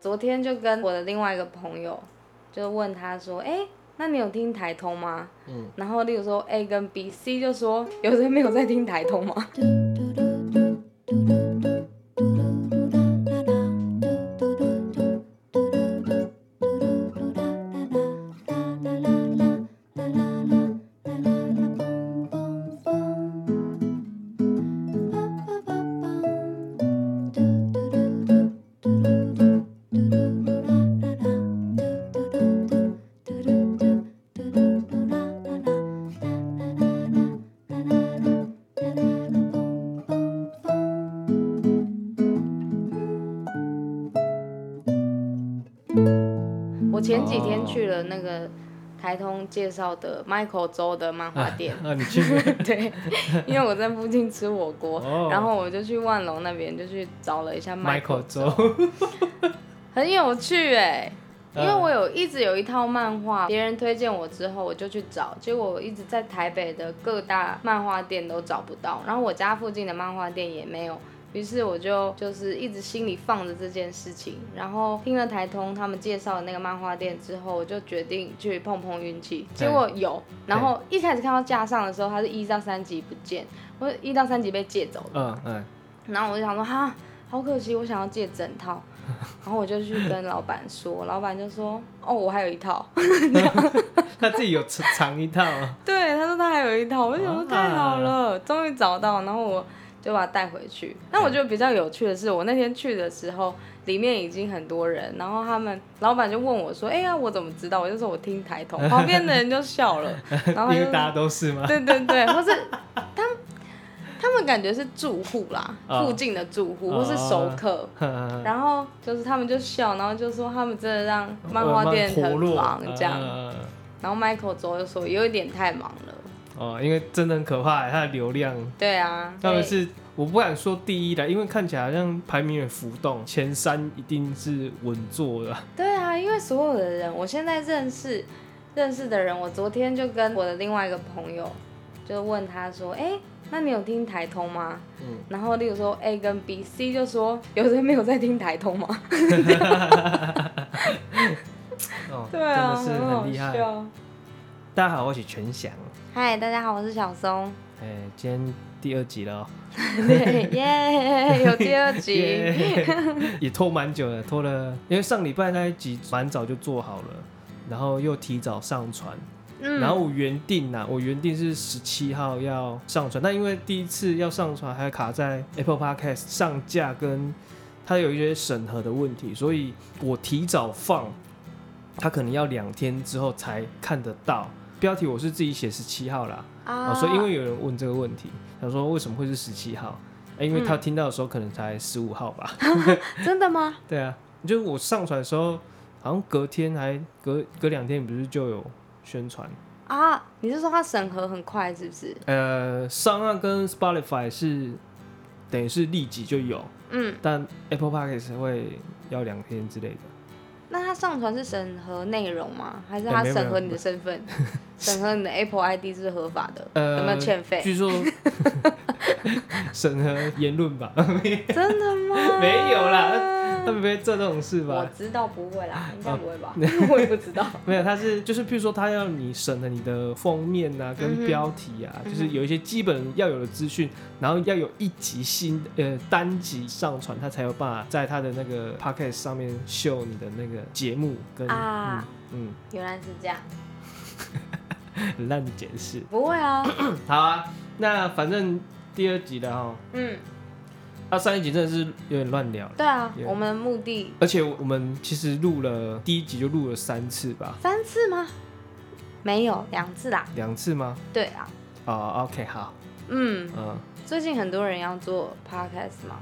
昨天就跟我的另外一个朋友，就问他说：“哎、那你有听台通吗？”嗯，然后例如说 A 跟 B、C 就说：“有人没有在听台通吗我前几天去了那个台通介绍的 Michael 周的漫画店，啊，你去过 对，因为我在附近吃火锅，哦然后我就去万隆那边就去找了一下 Michael Michael 周，周，很有趣哎、因嗯为我有一直有一套漫画，别人推荐我之后，我就去找，结果我一直在台北的各大漫画店都找不到，然后我家附近的漫画店也没有，于是我就就是一直心里放着这件事情，然后听了台通他们介绍的那个漫画店之后，我就决定去碰碰运气，结果有，然后一开始看到架上的时候，它是一到三集不见，我一到三集被借走了。嗯嗯，然后我就想说，哈，好可惜，我想要借整 套。然后我就去跟老板说，老板就说，哦，我还有一套。 他自己有藏藏一套啊，对，他说他还有一套，我就想说哇太好了，终于找到。然后我就把它带回去。但我觉得比较有趣的是，我那天去的时候，里面已经很多人，然后他们老板就问我说，哎呀，我怎么知道？我就说我听台通，旁边的人就笑 了，然后他因就为大家都是吗？对对对，或是他他们感觉是住户啦，哦附近的住户或是啊熟客。嗯然后就是他们就笑，然后就说他们真的让漫画店哦活很络忙这样。嗯嗯嗯然后 Michael 周就说有一点太忙了，哦，因为真的很可怕，欸它的流量对啊，他们所以是我不敢说第一的，因为看起来好像排名也浮动，前三一定是稳坐的。对啊，因为所有的人，我现在认识认识的人，我昨天就跟我的另外一个朋友就问他说，哎、那你有听台通吗？嗯，然后例如说 A 跟 B、C 就说有人没有在听台通吗？哦，对啊， 真的是很好很厉害。笑。大家好，我是全翔，嗨，大家好，我是小松。哎、今天第二集了哦， 对，耶，有第二集。 耶 也拖蛮久的，拖了，因为上礼拜那一集蛮早就做好了，然后又提早上传，嗯，然后我原定呐、我原定是十七号要上传，但因为第一次要上传还卡在 Apple Podcast 上架跟它有一些审核的问题，所以我提早放，它可能要两天之后才看得到。标题我是自己写十七号啦，啊啊，所以因为有人问这个问题，想说为什么会是十七号、哎，因为他听到的时候可能才十五号吧。 真的吗？对啊，就是我上传的时候，好像隔天还隔隔两天，不是就有宣传。啊，你是说它审核很快是不是？呃，上岸跟 Spotify 是等于是立即就有，嗯，但 Apple Podcast 会要两天之类的。那它上传是审核内容吗？还是哎它没有审核没有你的身份？ 审核你的 Apple ID 是不是合法的？呃，有没有欠 费？据说审核言论吧， 真的吗？ 没有啦他们不会做这种事 我吧？知道不会 啦，应该不会吧？哦我也不知道。没有，他是就是，譬如说他要你审核你的封面啊，嗯哼跟标题啊，就是有一些基本要有的资讯，然后要有一集新呃单集上传，他才有办法在他的那个 podcast 上面秀你的那个节目跟啊嗯。嗯原来是这样，很烂的解释。不会啊。好啊，那反正第二集了哈，嗯，啊上一集真的是有点乱聊了， 对啊， Yeah 我们的目的而且我们其实录了第一集就录了三次吧，三次吗？没有，两次啦。两次吗？对啊，哦，OK，好，嗯，嗯，最近很多人要做 podcast 嘛，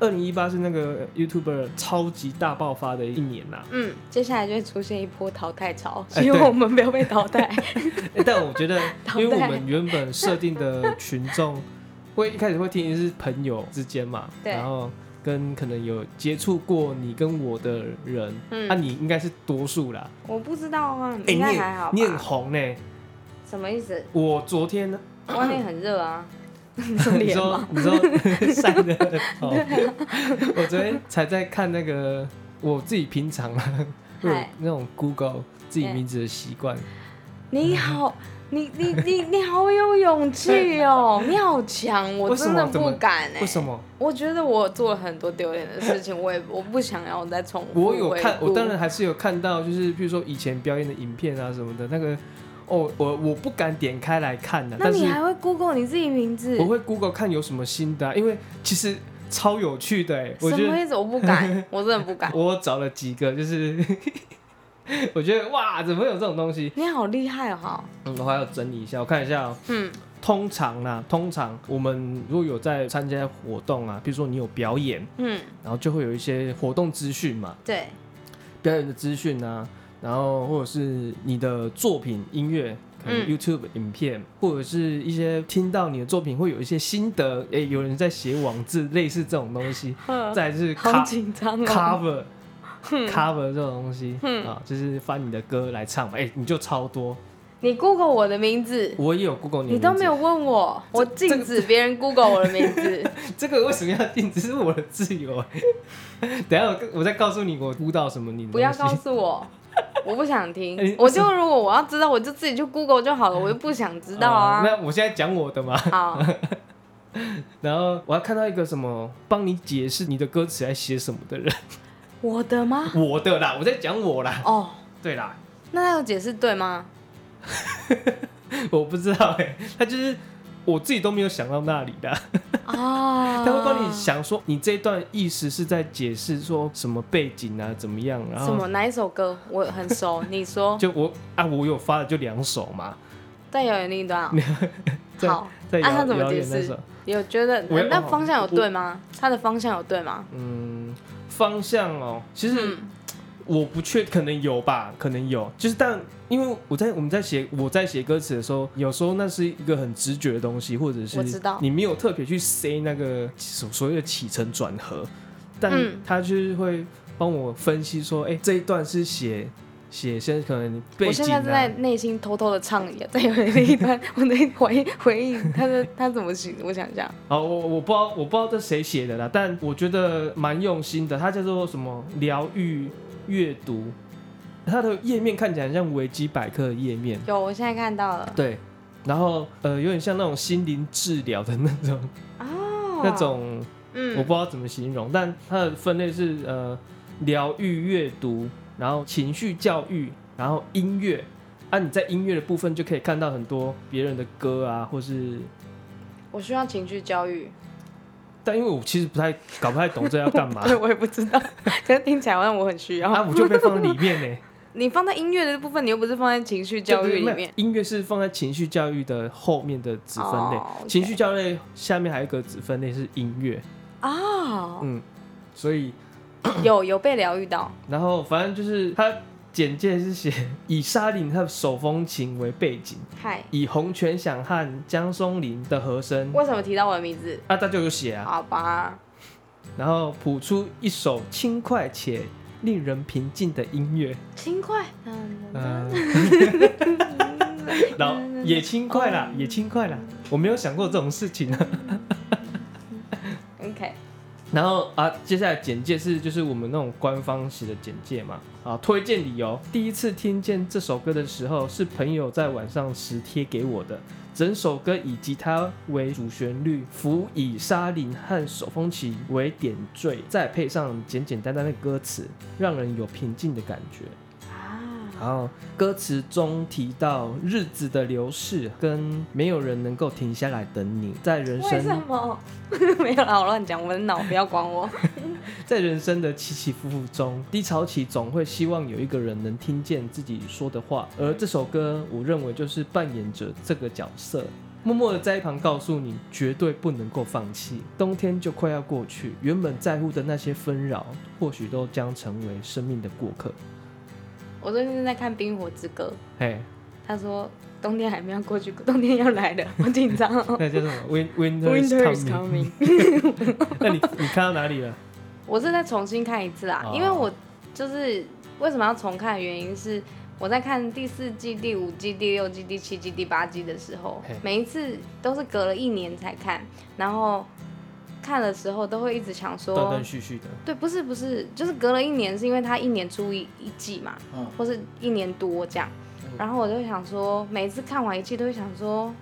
二零一八是那个 YouTuber 超级大爆发的一 年呐、嗯，接下来就会出现一波淘汰潮，哎希望对我们不要被淘 汰。，欸但我觉得 因为我们原本设定的群众，会一开始会听是朋友之间嘛，对然后跟可能有接触过你跟我的人，嗯那、你应该是多数啦，我不知道啊，欸应该啊你也还好吧？你很红呢、什么意思？我昨天 呢，外面很热 啊，你说你脸 吗？ 说你说晒的，哦，我昨天才在看那个我自己平常啦，会有嗨， 那种 Google 自己嗯名字的习惯，你好，你你你你好有勇气哦，你好强，我哎为什真么的怎不么敢哎、为什么？我觉得我做了很多丢脸的事情，我也我不想要再重复。我有看，也我不当然还是有看到，就是比如说以前表演的影片啊什么的，那个哦，我我不敢点开来看的、那但是你还会 Google 你自己名字？我会 Google 看有什么新的、啊，因为其实超有趣的、欸，我什觉得么意思？我不 敢，我真的不敢。我找了几个，就是 我觉得哇，怎么会有这种东西？你好厉害哦哈、嗯，我还要整理一下，我看一下、哦。嗯，通常啦，通常我们如果有在参加活动啊，比如说你有表演，嗯，然后就会有一些活动资讯嘛，对，表演的资讯啊，然后或者是你的作品音乐，可能嗯 YouTube 影片，或者是一些听到你的作品会有一些心得，诶，有人在写网志，类似这种东西。嗯再来就是好 co- 紧张哦。 cover 嗯 cover 这种东西啊，就是翻你的歌来唱嘛，诶，你就超多。你 Google 我的名字，我也有 Google 你的你都名字没有问我，嗯我禁止别人 Google 我的名 字。这个为什么要定？只是我的自由。 等一下我我再告诉你我估到什么你的不要东告西诉我，我不想听哎。我就如果我要知道，我就自己去 Google 就好了，我又不想知道哦啊。那我现在讲我的嘛， 好，然后我还看到一个什么帮你解释你的歌词在写什么的人，我的吗？ 我的啦，我在讲我啦，哦，对啦，那他有解释对 吗？我不知道哎、他就是我自己都没有想到那里的，啊，他会帮你想说你这一段意思是在解释说什么背景啊怎么样，然什后么哪一首歌？我很 熟，你说。就我啊我有发的就两首嘛，但有人另一端 啊。在好，在啊他摇怎么摇解演那释首，有觉得我也那忘了方向有我对吗？他的方向有对吗？嗯方向哦，其实。嗯，我不确，可能有吧，可能有。就是但因为我在我们在写我在写歌词的时候，有时候那是一个很直觉的东西，或者是我知道你没有特别去塞那个所所谓的起承转合，但嗯他就是会帮我分析说，哎、这一段是写写些可能背我现景在正在啊。内心偷偷的唱一下，在有人另一端，我在回回忆他的他怎么写，我想一下，好，我我不知道我不知道这谁写的啦，但我觉得蛮用心的。它叫做什么疗愈阅读，它的页面看起来很像维基百科的页面。有，我现在看到了对，然后呃，有点像那种心灵治疗的那种、哦，那种，我嗯不知道怎么形容，但它的分类是呃，疗愈阅读，然后情绪教育，然后音乐。啊，你在音乐的部分就可以看到很多别人的歌啊，或是，我需要情绪教育，但因为我其实不太搞不太懂这要 干嘛对，我也不知道，可是听起来好像我很需啊，要。我就被放在里面呢、你放在音乐的部分，你又不是放在情绪 教育里面，，音乐是放在情绪教育的后面的子分类，哦，OK 情绪教育下面还有一个子分类是音乐，哦，嗯，所以有有被疗愈到，然后反正就是他简介是写 以沙林和手风琴为背景，嗨，以洪泉响和江松林的和声，为什么提到我的名字？啊，他就有写啊，好吧，然后谱出一首轻快且令人平静的音乐，轻快，嗯，嗯、然后也轻快啦，也轻快啦，我没有想过这种事情啊。 OK，然后啊，接下来简介是就是我们那种官方写的简介嘛。啊，推荐理由：第一次听见这首歌的时候，是朋友在晚上时贴给我的。整首歌以吉他为主旋律，辅以沙林和手风琴为点缀，再配上简简单单的歌词，让人有平静的感觉。啊，然后歌词中提到日子的流逝跟没有人能够停下来等你，在人为什生么？ 没有啦，我乱讲，我的脑不要管我。在人生的起起伏伏中，低潮期总会希望有一个人能听见自己说的话，而这首歌，我认为就是扮演着这个角色，默默的在一旁告诉你，绝对不能够放弃。冬天就快要过去，原本在乎的那些纷扰，或许都将成为生命的过客。我最近在看《冰火之歌嘿，》，他说冬天还没有过去，冬天要来了，好紧张 哦。那叫什 么？Win Winter is Winter is coming。 coming。 那你你看到哪里了？我是再重新看一次啦，哦因为我就是为什么要重看的原因是。我在看第四季、第五季、第六季、第七季、第八季的时候嘿，每一次都是隔了一年才看，然后看的时候都会一直想说，断断续续的，对，不是不是，就是隔了一年，是因为他一年出一一季嘛，嗯或是一年多这样嗯。然后我就会想说，每一次看完一季都会想说，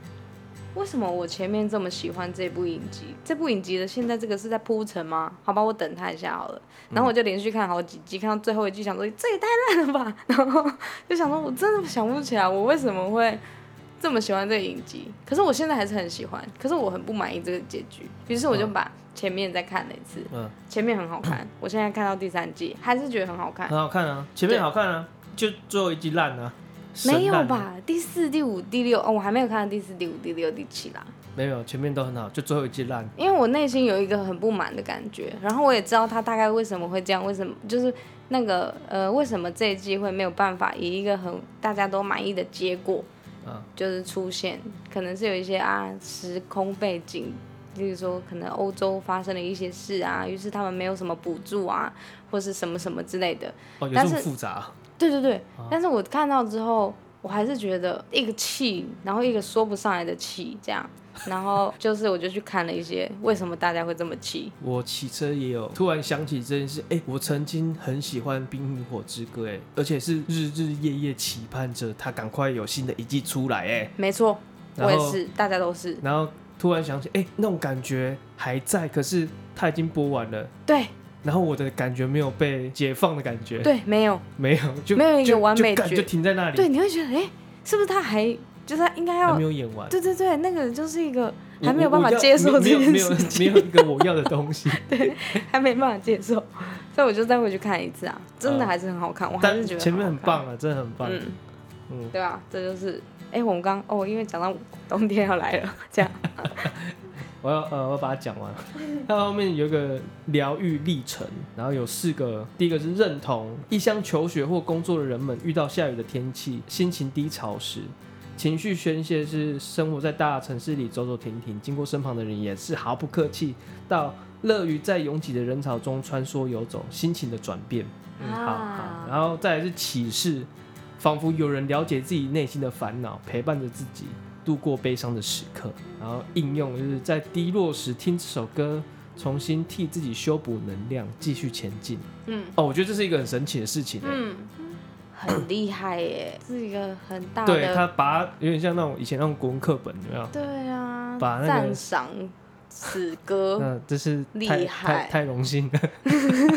为什么我前面这么喜欢这部影集？这部影集的现在这个是在铺陈吗？好吧，我等他一下好了。然后我就连续看好几集，看到最后一季，想说这也太烂了吧。 然后就想说，我真的想不起来我为什么会这么喜欢这个影集。可是我现在还是很喜欢，可是我很不满意这个结局，于是我就嗯把前面再看了一次。嗯，前面很好看，我现在看到第三季还是觉得很好看很。好看啊，前面好看啊，就最后一集烂啊，神没有烂啊？吧？第四、第五、第六，哦，我还没有看到第四、第五、第六、第七啦。没有，前面都很好，就最后一集烂，因为我内心有一个很不满的感觉，然后我也知道他大概为什么会这样，为什么就是那个呃，为什么这一季会没有办法以一个很大家都满意的结果，嗯就是出现，可能是有一些啊时空背景，例如说可能欧洲发生了一些事啊，于是他们没有什么补助啊，或是什么什么之类的，哦，有但这是么复杂啊，对对对，但是我看到之后，我还是觉得一个气，然后一个说不上来的气，这样，然后就是我就去看了一些为什么大家会这么气，我骑车也有突然想起这件事，哎、我曾经很喜欢《冰与火之歌》，哎，而且是日日夜夜期盼着它赶快有新的一季出来，哎，没错，然我后也是，大家都是，然后突然想起，哎、那种感觉还在，可是它已经播完了，对然后我的感觉没有被解放的感觉，对，没有，没有，就没有一个就完美就干觉就停在那里，对，你会觉得，哎，是不是他还就是他应该还要没，有演完，对对对，那个就是一个我还没有办法我要接受没这有没件有没有事没情，有一个我要的东西，还没办法接受，所以我就再回去看一次啊，真的嗯还是很好 看，我还但是是觉得前面好很看，棒啊，真的很棒，嗯。嗯，对啊，这就是，哎、我们刚哦，因为讲到冬天要来了，这样，我要呃，我要把它讲完。它后面有一个疗愈历程，然后有四个，第一个是认同，异乡求学或工作的人们遇到下雨的天气，心情低潮时，情绪宣泄是生活在大城市里走走停停，经过身旁的人也是毫不客气，到乐于在拥挤的人潮中穿梭游走，心情的转变。嗯，好啊好。然后再来是启示，仿佛有人了解自己内心的烦恼，陪伴着自己度过悲伤的时刻。然后应用就是在低落时听这首歌，重新替自己修补能量，继续前进。 嗯哦，我觉得这是一个很神奇的事情、欸。嗯，很厉害耶，是一个很大对嗯他的，把它有点像那种以前那种国文课本，有没有？对啊，把那个赞赏此歌， 那这是厉太害太太荣幸了，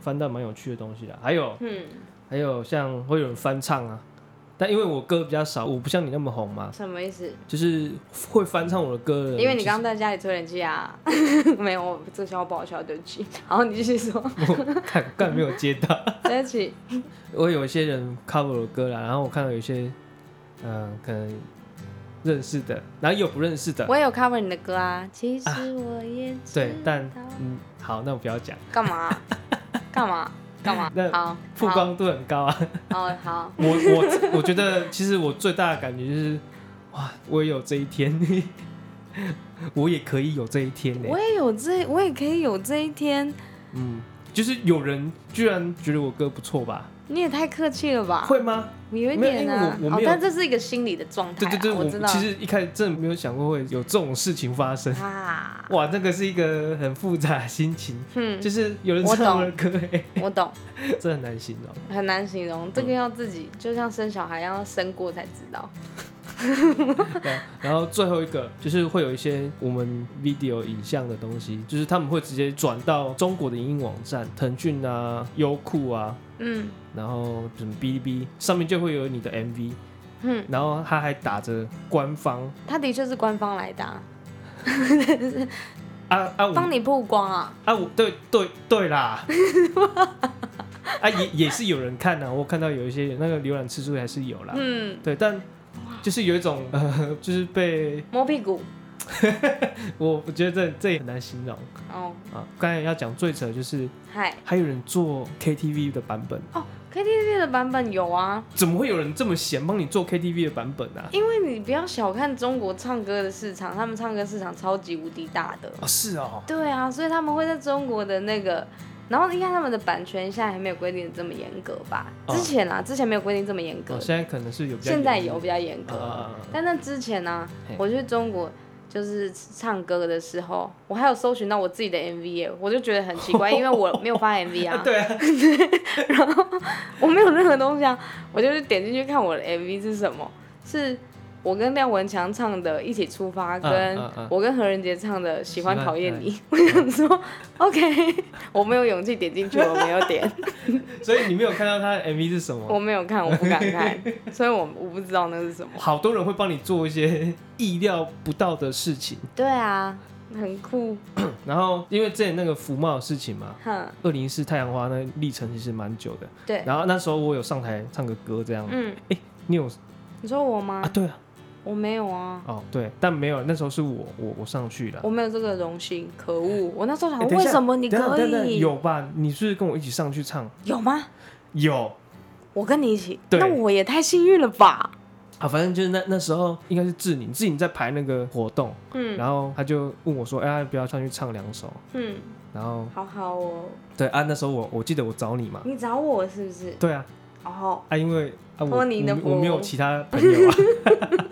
翻到蛮有趣的东西啦。还有嗯，还有像会有人翻唱啊，但因为我歌比较少，我不像你那么红嘛，什么意思？就是会翻唱我的歌的人，因为你刚刚在家里吹冷气啊， 没有，我这消不好笑，对不起。然后你继续 说，就是看干没有接到， 对不起，我有一些人 cover 我的歌啦，然后我看到有一些，嗯、可能认识的，然后也有不认识的，我也有 cover 你的歌啊，其实我也知道对，但嗯，好，那我不要讲，干嘛？干嘛？干嘛？ 那好，曝光度很高啊， 好，哦，好，我我我觉得其实我最大的感觉就是，哇，我也有这一天， 我也可以有这一天呢、我也有这，我也可以有这一天。嗯，就是有人居然觉得我歌不错吧？你也太客气了吧？会吗？有一点啊，没有因为我哦我没，有但这是一个心理的状态、对啊，对对，我我知道。其实一开始真的没有想过会有这种事情发生。啊， 哇，那个是一个很复杂的心情，嗯，就是有人我唱懂我的歌、欸，我懂，这很难形容。很难形容，嗯这个要自己就像生小孩一样生过才知道。对，然后最后一个就是会有一些我们 video 影像的东西，就是他们会直接转到中国的影音网站，腾讯啊、优酷啊，嗯然后什么哔哩哔哩上面就会有你的 MV，嗯，然后他还打着官方他的确是官方来的、啊，啊啊我帮你曝光啊。啊我对对对啦，啊也也是有人看啊，我看到有一些人那个浏览次数还是有啦，嗯，对，但就是有一种呃，就是被摸屁股。我我觉得这这也很难形容哦，啊。刚才要讲最扯的就是嗨还有人做 KTV 的版本，哦，KTV 的版本有啊，怎么会有人这么闲帮你做 KTV 的版本啊？因为你不要小看中国唱歌的市场，他们唱歌市场超级无敌大的。哦，是哦，对啊，所以他们会在中国的那个，然后应该他们的版权现在还没有规定得这么严格吧？哦之前啊，之前没有规定这么严格，哦现在可能是有比较现在严有比较严格。啊啊啊啊但那之前呢、嘿我去中国，就是唱歌的时候，我还有搜寻到我自己的 MV，耶我就觉得很奇 怪，因为我没有发 MV 啊，对啊， 我没有任何东西啊，我就是点进去看我的 MV 是什么，是我跟廖文强唱的《一起出发》，跟嗯嗯我跟何仁杰唱的《喜欢喜欢讨厌你》， 我想说 OK，我 没有勇气点进去，我没有 点，所以你没有看到他的 MV 是什我么？没有看，我不敢看，所以我我不知道那是什么。好多人会帮你做一些意料不到的事情。对啊，很酷，然后因为之前那个福茂的事情嘛，哼，二零四太阳花那历程其实蛮久的。对，然后那时候我有上台唱个歌这样，嗯，你有你说我吗？啊？对啊，我没有啊，哦对，但没有，那时候是我我我上去了我。没有这个荣幸，可恶！我那时候想，诶啊哎等一为下什么哦你等一下可等一下以？有吧？你是不是跟我一起上去唱？有吗？有我跟你一起，对那我也太幸运了吧？啊，反正就是那那时候应该是志宁，志宁在排那个活动，嗯然后他就问我说：“哎、要不要上去唱两首嗯，？”然后好好哦，对啊，那时候我我记得我找你嘛，你找我是不是？对啊哦，啊，因为啊我托你的我福我没有其他朋友啊，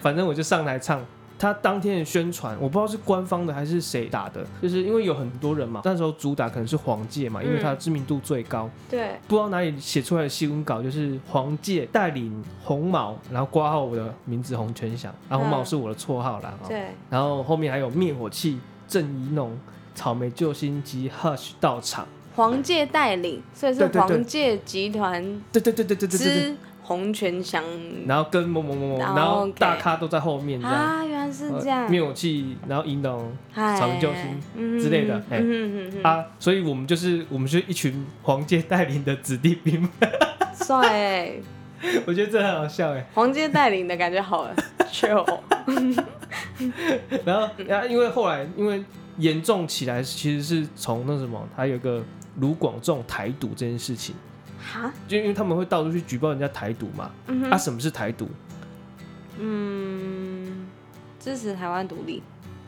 反正我就上来唱。他当天的宣传，我不知道是官方的还是谁打的，就是因为有很多人嘛，那时候主打可能是黄玠嘛，因为嗯他知名度最高，对，不知道哪里写出来的新闻稿，就是黄玠带领红毛，然后挂号我的名字洪全祥，啊，红毛嗯是我的绰号啦，哦对，然后后面还有灭火器、郑怡农、草莓救星及 Hush 到场，黄界带领，所以是对对对黄界集团对对对对对对对对，之洪泉祥然后跟某某某某，然后然后 OK 大咖都在后面这样，哦啊，原来是呃这样，灭火器，然后怡农嗨草莓救星嗯之类的哎嗯嗯嗯嗯，啊，所以我们就是我们是一群黄玠带领的子弟兵， 啊帅欸，我觉得这很好笑哎。黄界带领的感觉好 chill，然后，然后因为后来因为严重起来，其实是从那什么，还有一个卢广仲台独这件事情，哈，就因为他们会到处去举报人家台独嘛。嗯哼啊，什么是台独？嗯，支持台湾独立，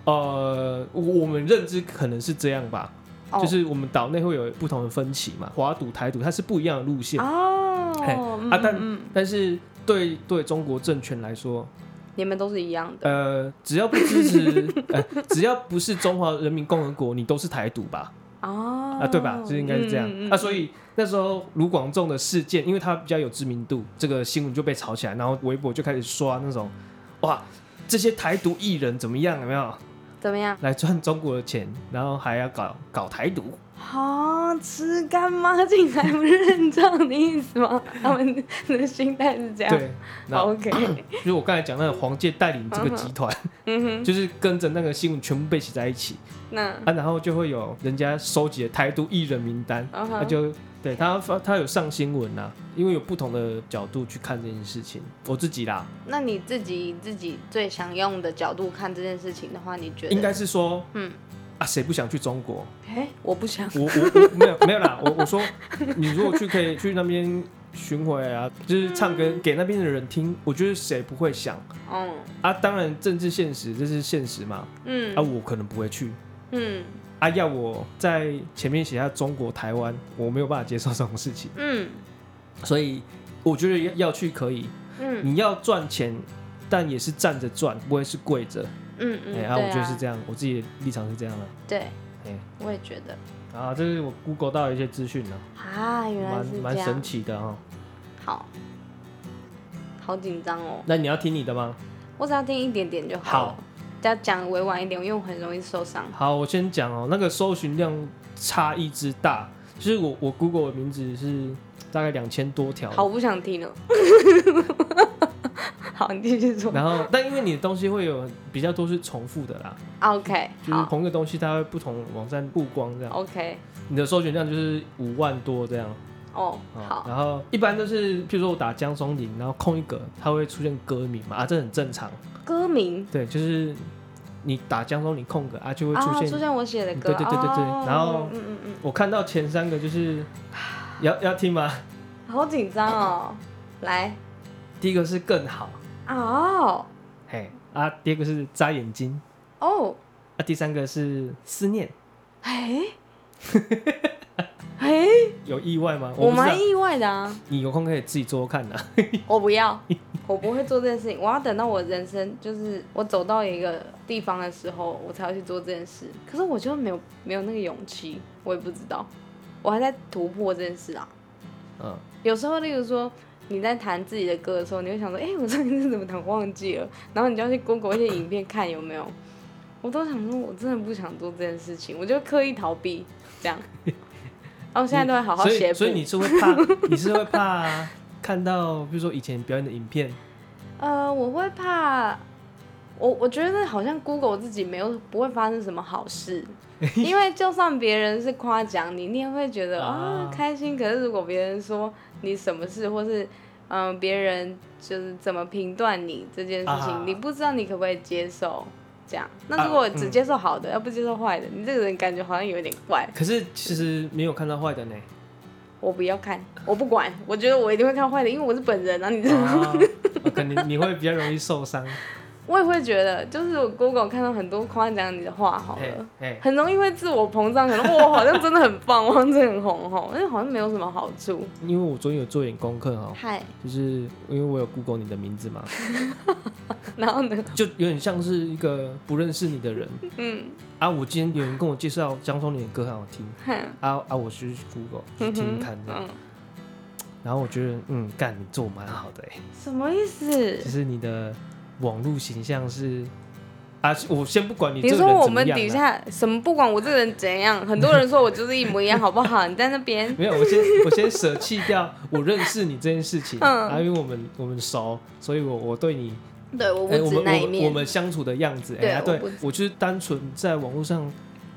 呃，我我们认知可能是这样吧，哦就是我们岛内会有不同的分歧嘛，华独、台独它是不一样的路线，哦，嘿嗯啊但嗯嗯但是对对中国政权来说，你们都是一样的，呃，只要不支持， 呃，只要不是中华人民共和国，你都是台独吧？哦，啊，对吧？就是应该是这样、嗯嗯嗯啊。所以那时候卢广仲的事件，因为他比较有知名度，这个新闻就被炒起来，然后微博就开始刷那种，哇，这些台独艺人怎么样？有没有怎么样？来赚中国的钱，然后还要搞搞台独？好啊吃干妈进来不是很仗的意思 吗？他们的心态是这样。对，然后 OK，就是我刚才讲那个黄介带领这个集团，嗯哼， 嗯就是跟着那个新闻全部被写在一起那啊，然后就会有人家收集的台独艺人名单，嗯他哼就对他发他有上新闻呐、啊因为有不同的角度去看这件事情。我自己啦，那你自己自己最想用的角度看这件事情的话，你觉得？应该是说，嗯嗯。啊，谁不想去中国？哎，我不想。我我我没有没有啦，我我说，你如果去可以去那边巡回啊，就是唱歌给那边的人听，我觉得谁不会想嗯啊？当然政治现实这是现实嘛，啊，嗯我可能不会去，嗯啊，要我在前面写下中国台湾，我没有办法接受这种事情，嗯所以我觉得要要去可以，嗯你要赚钱，但也是站着赚，不会是跪着。嗯哎、嗯，啊，我觉对得是这样，我自己的立场是这样的。对，哎、我也觉得啊，这是我 Google 到的一些资讯呢，啊，原来蛮是这蛮神样。奇的哈。好，好紧张哦。那你要听你的吗？我只要听一点点就好了。要讲委婉一点，因为我很容易受伤。好，我先讲哦，那个搜寻量差异之大，就是我我 Google 的名字是大概两千多条，好，我不想听 了。好，你继续说。然后但因为你的东西会有比较多是重复的啦， OK，就是好同一个东西，它会不同网站曝光这样。 ，OK，你的搜寻量就是五万多这样。哦，啊好，然后一般都是，譬如说我打江松林，然后空一格，它会出现歌名嘛，啊，这很正常。歌名对，就是你打江松林空格啊，就会啊，出出现。现我写的歌，对对对对对哦然后嗯嗯嗯我看到前三个 就是，要要听吗？嗯，好紧张哦，来，第一个是更好，哦嘿啊，第二个是眨眼睛，哦， 啊，第三个是思念，哎，哎，有意外吗？我不知道蛮意外的啊，你有空可以自己做做 看的、啊。我不 要，我不会做这件事情，我要等到我人生就是我走到一个地方的时候，我才会去做这件事。可是我就没有没有那个勇气，我也不知道，我还在突破这件事啊。嗯，有时候，例如说你在弹自己的歌的时候，你会想说，哎、我上一次怎么弹忘记了，然后你就要去 Google 一些影片看有没有。我都想说，我真的不想做这件事情，我就刻意逃避这 样。然后我现在都会好好所写以谱所以。你是会怕， 你是会怕看到，比如说以前表演的影片，呃，我会怕，我我觉得好像 Google 自己没有不会发生什么好 事，因为就算别人是夸奖你，你也会觉得啊啊开心。可是如果别人说你什么事，或是嗯、别人就是怎么评断你这件事情，啊你不知道你可不可以接受。这样，那啊如果只嗯接受好的，要不接受坏的，你这个人感觉好像有点怪。可是其实没有看到坏的呢。 我不要看，我不管，我觉得我一定会看坏的，因为我是本人啊，你知道吗？啊，肯定你会比较容易受伤。我也会觉得，就是我 Google 看到很多夸奖你的话，好哎了，哎，很容易会自我膨胀，可能我好像真的很棒，我好像真的很红吼，但是好像没有什么好处。因为我昨天有做一点功课哦，嗨，就是因为我有 Google 你的名字嘛，然后呢？就有点像是一个不认识你的人嗯，啊。我今天有人跟我介绍江聪你的歌很好听哼啊啊，我去 Google 去嗯听听哼看这样，嗯，然后我觉得嗯，干你做蛮好的哎、什么意思就？是你的网络形象是啊，我先不管你你这个说人我怎么们样、啊，底下什么不管我这个人怎样，很多人说我就是一模一样，好不好？你在那边，没有，我先我先舍弃掉我认识你这件事情， 嗯啊，因为我们我们熟，所以我我对你， 对我无哎，我知们我那一们我面，们相处的样子，哎对呀，我对不我就是单纯在网络上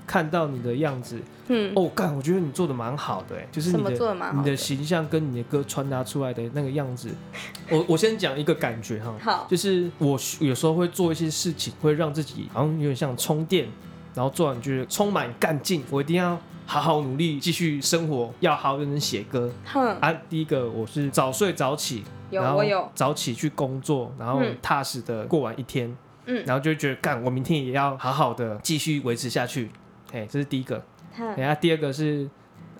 看到你的样子，嗯，哦，干，我觉得你做的蛮好的，哎，就是什你么做的的蛮你好的形象跟你的歌传达出来的那个样子， 我我先讲一个感觉哈，好，就是我有时候会做一些事情，会让自己好像有点像充电，然后做完觉得充满干劲，我一定要好好努力，继续生活，要好好认真写歌哼，啊。第一个我是早睡早起，嗯有然后我有，早起去工作，然后嗯踏实的过完一天，嗯然后就会觉得干，我明天也要好好的继续维持下去。哎，这是第一个。哼，等下第二个是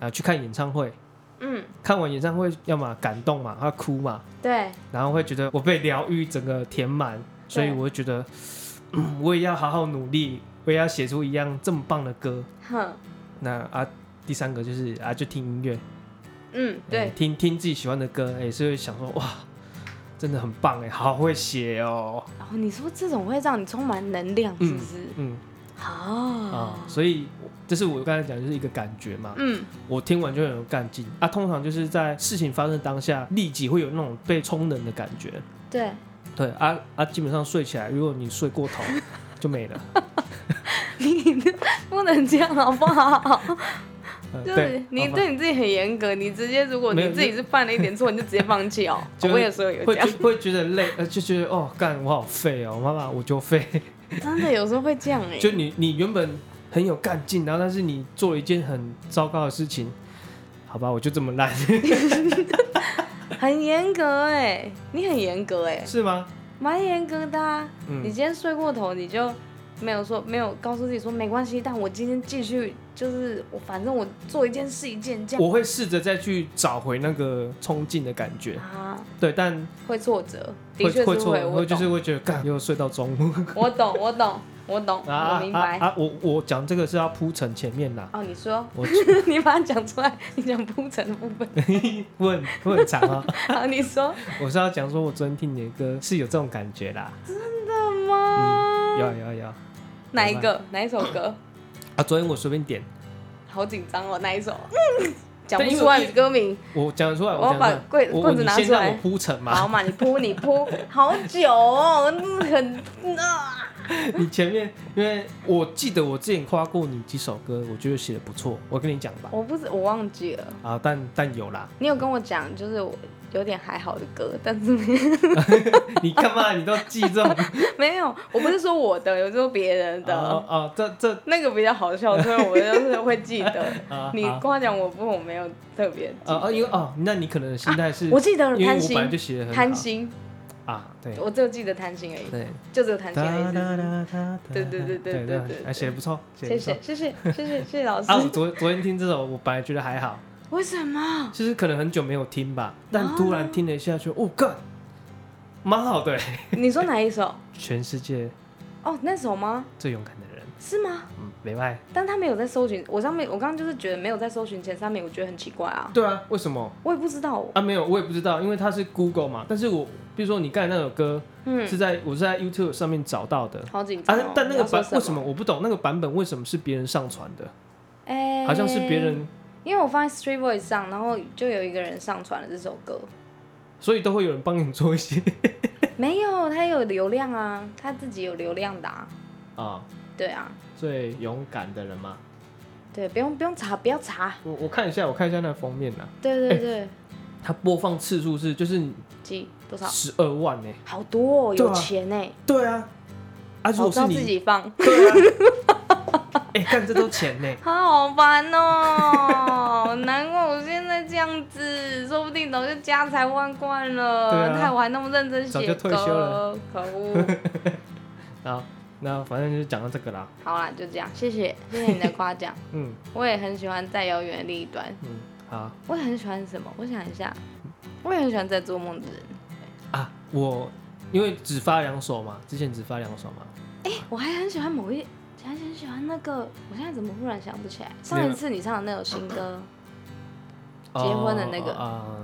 啊、呃去看演唱会，嗯，看完演唱会要么感动嘛，要哭嘛，对，然后会觉得我被疗愈整个填满，所以我会觉得，嗯，我也要好好努力，我也要写出一样这么棒的歌。哼，那啊，第三个就是啊，就听音乐，嗯，哎对，听听自己喜欢的歌，也是会想说哇，真的很棒哎，好会写哦，哦，你说这种会让你充满能量，是不是？嗯啊啊，，所以这是我刚才讲就是一个感觉嘛，嗯，我听完就很有干劲啊。通常就是在事情发生当下，立即会有那种被充能的感觉，对，对啊啊，基本上睡起来，如果你睡过头就没了。 你不能这样好不好？呃 就是你好吧对你自己很严格，你直接如果没有你自己是犯了一点错，你 就直接放弃哦。 就是我有时候有这会样觉，会觉得累，呃，就觉得哦，干我好废哦，妈妈我就废。 真的有时候会这样哎。就你你原本很有干劲，然后但是你做了一件很糟糕的事情，好吧，我就这么烂，很严格哎，你很严格哎， 是吗？蛮严格的啊。你嗯，今天睡过头，你就没有说没有告诉自己说没关系，但我今天继续，就是我反正我做一件是一件这样我会试着再去找回那个冲劲的感觉，啊，对，但会挫折，的会确是会错，我会就懂是会觉得干又睡到中午我懂，我懂，我懂，我明白。啊！我我讲这个是要铺陈前面啦，哦，你说， 我你把它讲出来，你讲铺陈的部分。 问问长啊，好，你说，我是要讲说我昨天听你的歌是有这种感觉啦，什么？有有有啊！哪一个？哪一首歌？昨天我随便点。好紧张哦，哪一首？嗯，讲 对不因为出来歌名。我讲得出来，我要讲把得出来棍我棍子我拿你出先来让我铺陈好嘛。嘛，你铺，你铺，好久哦，嗯很啊。 你前面，因为我记得我之前夸过你几首歌，我觉得写的不错。我跟你讲吧，我不是，我忘记了。啊，但但有啦，你有跟我讲，就是我有点还好的歌，但是你干嘛？你都记 这种没有，我不是说我的，有时候别人的。哦哦，这这那个比较好笑，所以我就是会记得。 啊你啊夸奖我不，我没有特别记得。啊啊，因为哦，那你可能心态是，啊我记得了因为贪我本来心，就写的很贪好心，啊，对我只有记得贪心而已，对，就只有贪心而哒哒哒已。哒哒，对对对对对对那对哎，写的不错，谢写的不谢错。 谢谢谢谢谢谢老师啊啊，。我昨昨天听这首，我本来觉得还好，为什么？就是可能很久没有听吧，哦但突然听了一下就，哦干，蛮好的欸，你说哪一首？全世界哦，那首吗？最勇敢的人，是吗？嗯，没卖。但他没有在搜寻，我上面我刚刚就是觉得没有在搜寻前三名，我觉得很奇怪啊，对啊，为什么我也不知道。啊？没有，我也不知道，因为它是 Google 嘛。但是我比如说你刚才那首歌嗯，是在我是在 YouTube 上面找到的好紧啊张、哦。，但那个你要版说为什么？我不懂？那个版本为什么是别人上传的？哎、好像是别，人，因为我放在 Street Voice 上，然后就有一个人上传了这首歌，所以都会有人帮你做一些没有，他有流量啊，他自己有流量的、啊， 啊。对啊，最勇敢的人嘛，对，不用不用查，不要查，我我看一下，我看一下那个封面啊呐、对对哎对，它播放次数是就是几多少？十二万呢、欸好多哦，对啊有钱呢、对啊，啊，如我果知是道自你，己放， 对啊，哎、看这都钱呢、 好烦哦， 难怪我现在这样子，说不定早就家财万贯对了，啊害我还那么认真早写就退休了歌，可 恶。啊，那反正就是讲到这个啦，好啦，就这样，谢 谢，谢谢你的夸奖，嗯我也很喜欢在遥远的另一端，嗯，好我也很喜欢什么？我想一下，我也很喜欢在做梦的人，啊，我因为只发两首嘛，之前只发两首嘛，我还很喜欢某一，还很喜欢那个，我现在怎么忽然想不起来？上一次你唱的那首新歌，哦结婚的那个啊、呃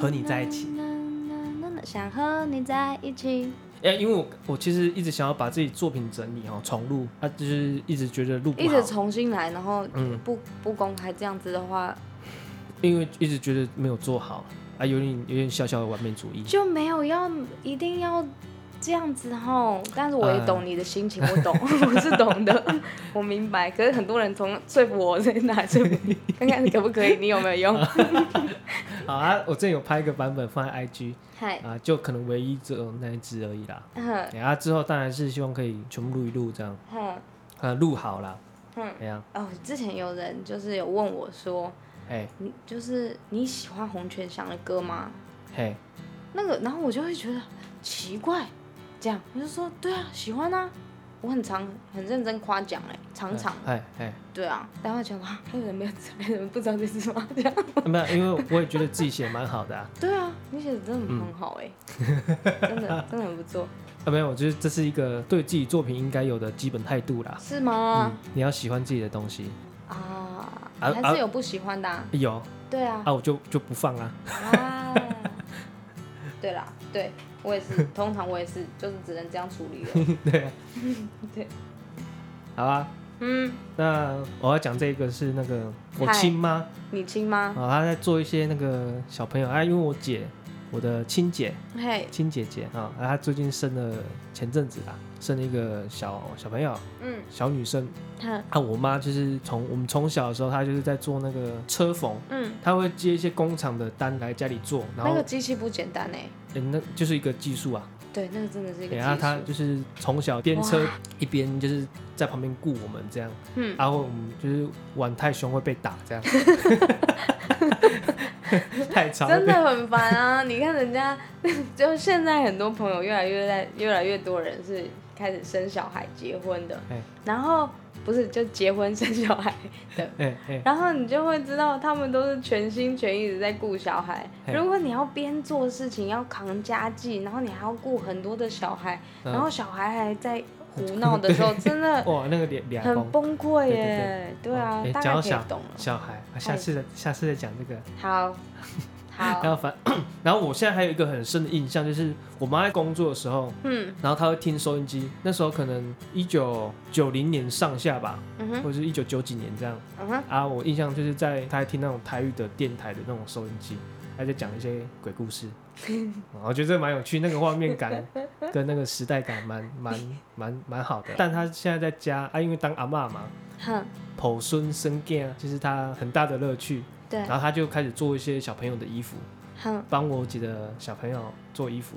和你在一起呐呐呐呐想和你在一起。哎、因为我我其实一直想要把自己作品整理哦，重录，啊，就是一直觉得录不一好，直重新来，然后嗯，不不公开这样子的话，因为一直觉得没有做好，啊，有点有点小小的完美主义，就没有要一定要这样子吼。但是我也嗯懂你的心情，我懂，我是懂的，我明白。可是很多人从说服我，所以哪说服你？看看你可不可以，你有没有用？好啊，我之前有拍一个版本放在 IG 嗨，啊，就可能唯一只有那一只而已啦。哼然后、啊、之后当然是希望可以全部录一录这样，哼啊，录好啦，哼。哎呀，哦，之前有人就是有问我说，哎你就是你喜欢洪泉祥的歌吗？嘿，那个，然后我就会觉得奇怪，这样我就说对啊，喜欢啊，我很常很认真夸奖哎，常常哎哎，对啊，但会觉得啊，还有人没有， 还有人不知道这是什么 这样，啊没有，因为我也觉得自己写得蛮好的啊，嗯对啊，你写的真的很好 哎，真的真的很不错，啊没有，我觉得这是一个对自己作品应该有的基本态度啦。是吗嗯？，你要喜欢自己的东西，啊，嗯啊还是有不喜欢的啊，有啊，对啊，我就就不放啊。啊，对啦，对我也是，通常我也是，就是只能这样处理了， 对，啊 对，好啊。嗯，那我要讲这个是那个我嗨亲妈你亲吗？啊，她在做一些那个小朋友啊，因为我姐，我的亲姐，嘿，亲姐姐啊，啊她最近生了，前阵子啦，生了一个小小朋友，嗯，小女生哼，啊。我妈就是从我们从小的时候，她就是在做那个车缝，嗯。她会接一些工厂的单来家里做，然那后个机器不简单哎，诶那就是一个技术啊。对，那个真的是一个然后技她术。就是从小边车哇一边就是在旁边顾我们这样，嗯，然后我们就是玩太凶会被打这 样，太吵真了。的很烦啊！ 你看人家，就现在很多朋友越来越在，越来越多人是开始生小孩、结婚的哎，然后不是就结婚生小孩的。哎哎，然后你就会知道，他们都是全心全意的在顾小孩。哎如果你要边做事情，要扛家计，然后你还要顾很多的小孩，嗯然后小孩还在 胡闹的时候，真的哇，那个脸脸很红。崩溃对对耶。对啊哎，大讲概到可以小懂了。小孩，啊下次再下次再讲这个。好，然好， 后反， 然后我现在还有一个很深的印象，就是我妈在工作的时候，嗯然后她会听收音机，那时候可能一九九零年上下吧，嗯或哼，者是一九九几年这样嗯哼，啊。我印象就是在她在听那种台语的电台的那种收音机，她在讲一些鬼 故事，嗯我觉得这蛮有趣，那个画面感跟那个时代感蛮蛮蛮蛮好的。但她现在在家啊，因为当阿嬷嘛，哼，抱孙生囝，就是她很大的乐趣。对，然后她就开始做一些小朋友的衣服。哼，帮我姐的小朋友做衣服，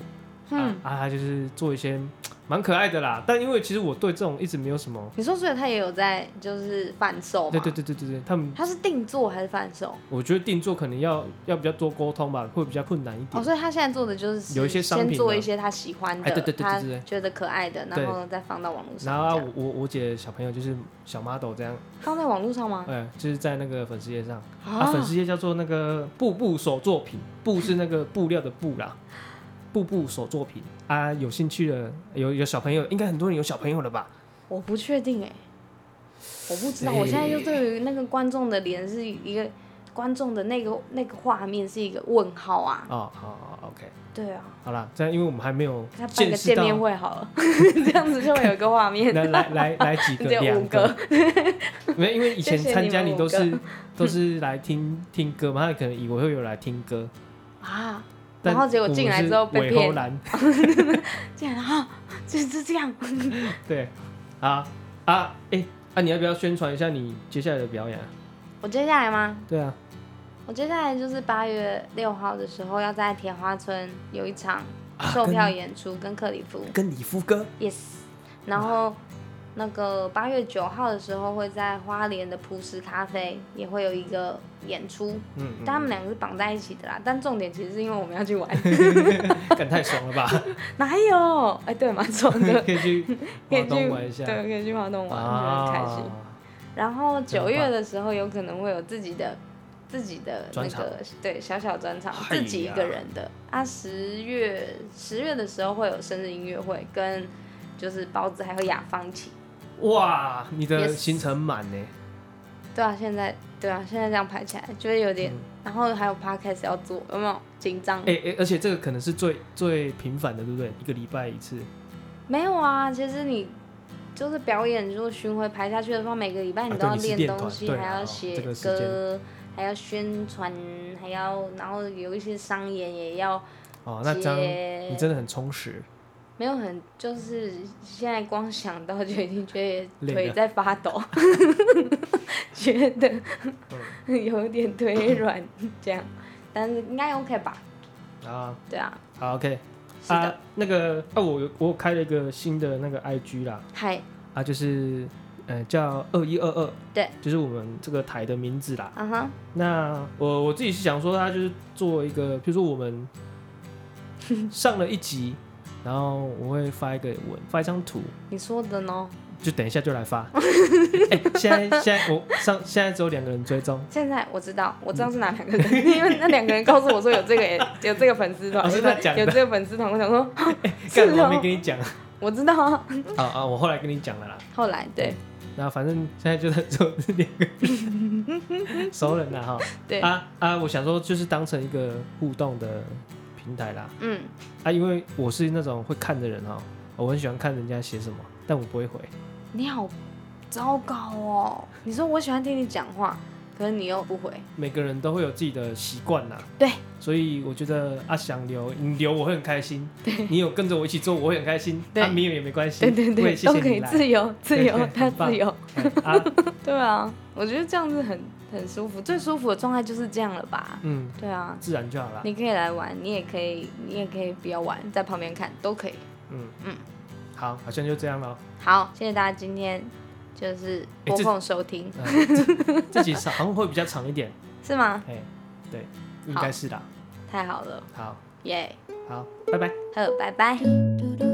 嗯啊啊，他就是做一些嘖蛮可爱的啦。但因为其实我对这种一直没有什么，你说，所以他也有在就是贩售吗？对对，对对对对，他们他是定做还是贩售？我觉得定做可能要要比较多沟通吧，会比较困难一哦，点。所以他现在做的就是有一些商品啊先做一些他喜欢的，哎对对对对对对他觉得可爱的，对然后再放到网络上然后啊这样，我我我姐的小朋友就是小 model 这样，放在网络上吗？哎，就是在那个粉丝页上哦啊，粉丝页叫做那个布布手作品，布是那个布料的布 啦，布布手作品啊，有兴趣的有有小朋友，应该很多人有小朋友了吧？我不确定哎、我不知道，哎我现在就对于那个观众的脸是一个观众的那个那个画面是一个问号啊，哦，好好好，OK，对啊，好啦，这样因为我们还没有他办见个识见到面，会好了， 这样子就会有一个画面， 来来来来几个只有两五个，没有，因为以前谢谢你参加们你都五个是都是来听听歌嘛，他可能以为会有来听歌，啊，但然后结果我们进来是之后被尾骗猴男这样啊，就是这样，对啊啊哎、啊，你要不要宣传一下你接下来的表演啊？ 我接下来吗？对啊，我接下来就是八月六号的时候要在铁花村有一场啊售票跟演出，跟克里夫跟李夫哥，yes，然后那个八月九号的时候会在花莲的朴实咖啡也会有一个演出，嗯，嗯但他 们两个是绑在一起的啦。但重点其实是因为我们要去玩，感太 爽了吧？哪有？哎、对，蛮爽的，可以去可以广去东玩一下，对，可以去华东玩，我觉得很开心。啊然后真九棒月的时候有可能会有自己的自己的那专场个对小小专场，哎呀自己一个人的。啊，十月十月的时候会有生日音乐会，跟就是包子还有雅芳起。哇，你的 Yes 行程满呢，对啊，现在对啊，现在这样排起来就会有点，嗯然后还有 podcast 要做，有没有紧张？哎、哎，而且这个可能是最最频繁的，对不对？一个礼拜一次，没有啊，其实你就是表演，如果巡回排下去的话，每个礼拜啊你都要对你是练练东团西，对还啊要哦写这个时歌，还要宣传，还要然后有一些商演也要哦，那这样你接，真的很充实，没有很就是现在光想到就已经觉得累腿了在发抖， 觉得 嗯有点腿软这样，但是应该 OK 吧？啊，对啊，好，OK，是的啊，，那个啊，我有我有开了一个新的那个 IG 啦，嗨、啊，就是呃叫二一二二，对，就是我们这个台的名字啦。啊哈，那我我自己是想说，它就是做一个，比如说我 们上了一集，然后我会发一个文，发一张图，你说的呢？就等一下就来 发。哎、现在现在我上现在只有两个人追踪，现在我知道，我知道是哪两个人，因为那两个人告诉我说有这个有这个粉丝团，哦是他讲的有这个粉丝团，我想说是干嘛没哦，跟你讲？我知道啊。啊啊，我后来跟你讲了啦。后来对那反正现在就在做这两个人熟人了哈。对，啊啊，我想说就是当成一个互动的平台啦。嗯，啊，因为我是那种会看的人哦，我很喜欢看人家写什么，但我不会回。你好糟糕哦。你说我喜欢听你讲话，可是你又不回，每个人都会有自己的习惯呐，对，所以我觉得啊，想留你留我会很开心，你有跟着我一起做我会很开心，对啊，没有也没关系，对对我对也，谢都谢可你以来自 由自由对，他很棒自由，哎 啊，对啊，我觉得这样子很很舒服，最舒服的状态就是这样了吧？嗯，对啊，自然就好了，你可以来玩，你也可以，你也可以不要玩，在旁边看都可以。嗯嗯嗯，好，好像就这样了，好，谢谢大家今天就是哎播这放收听，嗯，这这 集好像会比较长一点，是吗？哎，对，应该是啦，太好了，好，耶、好，拜拜。还有拜拜。 do do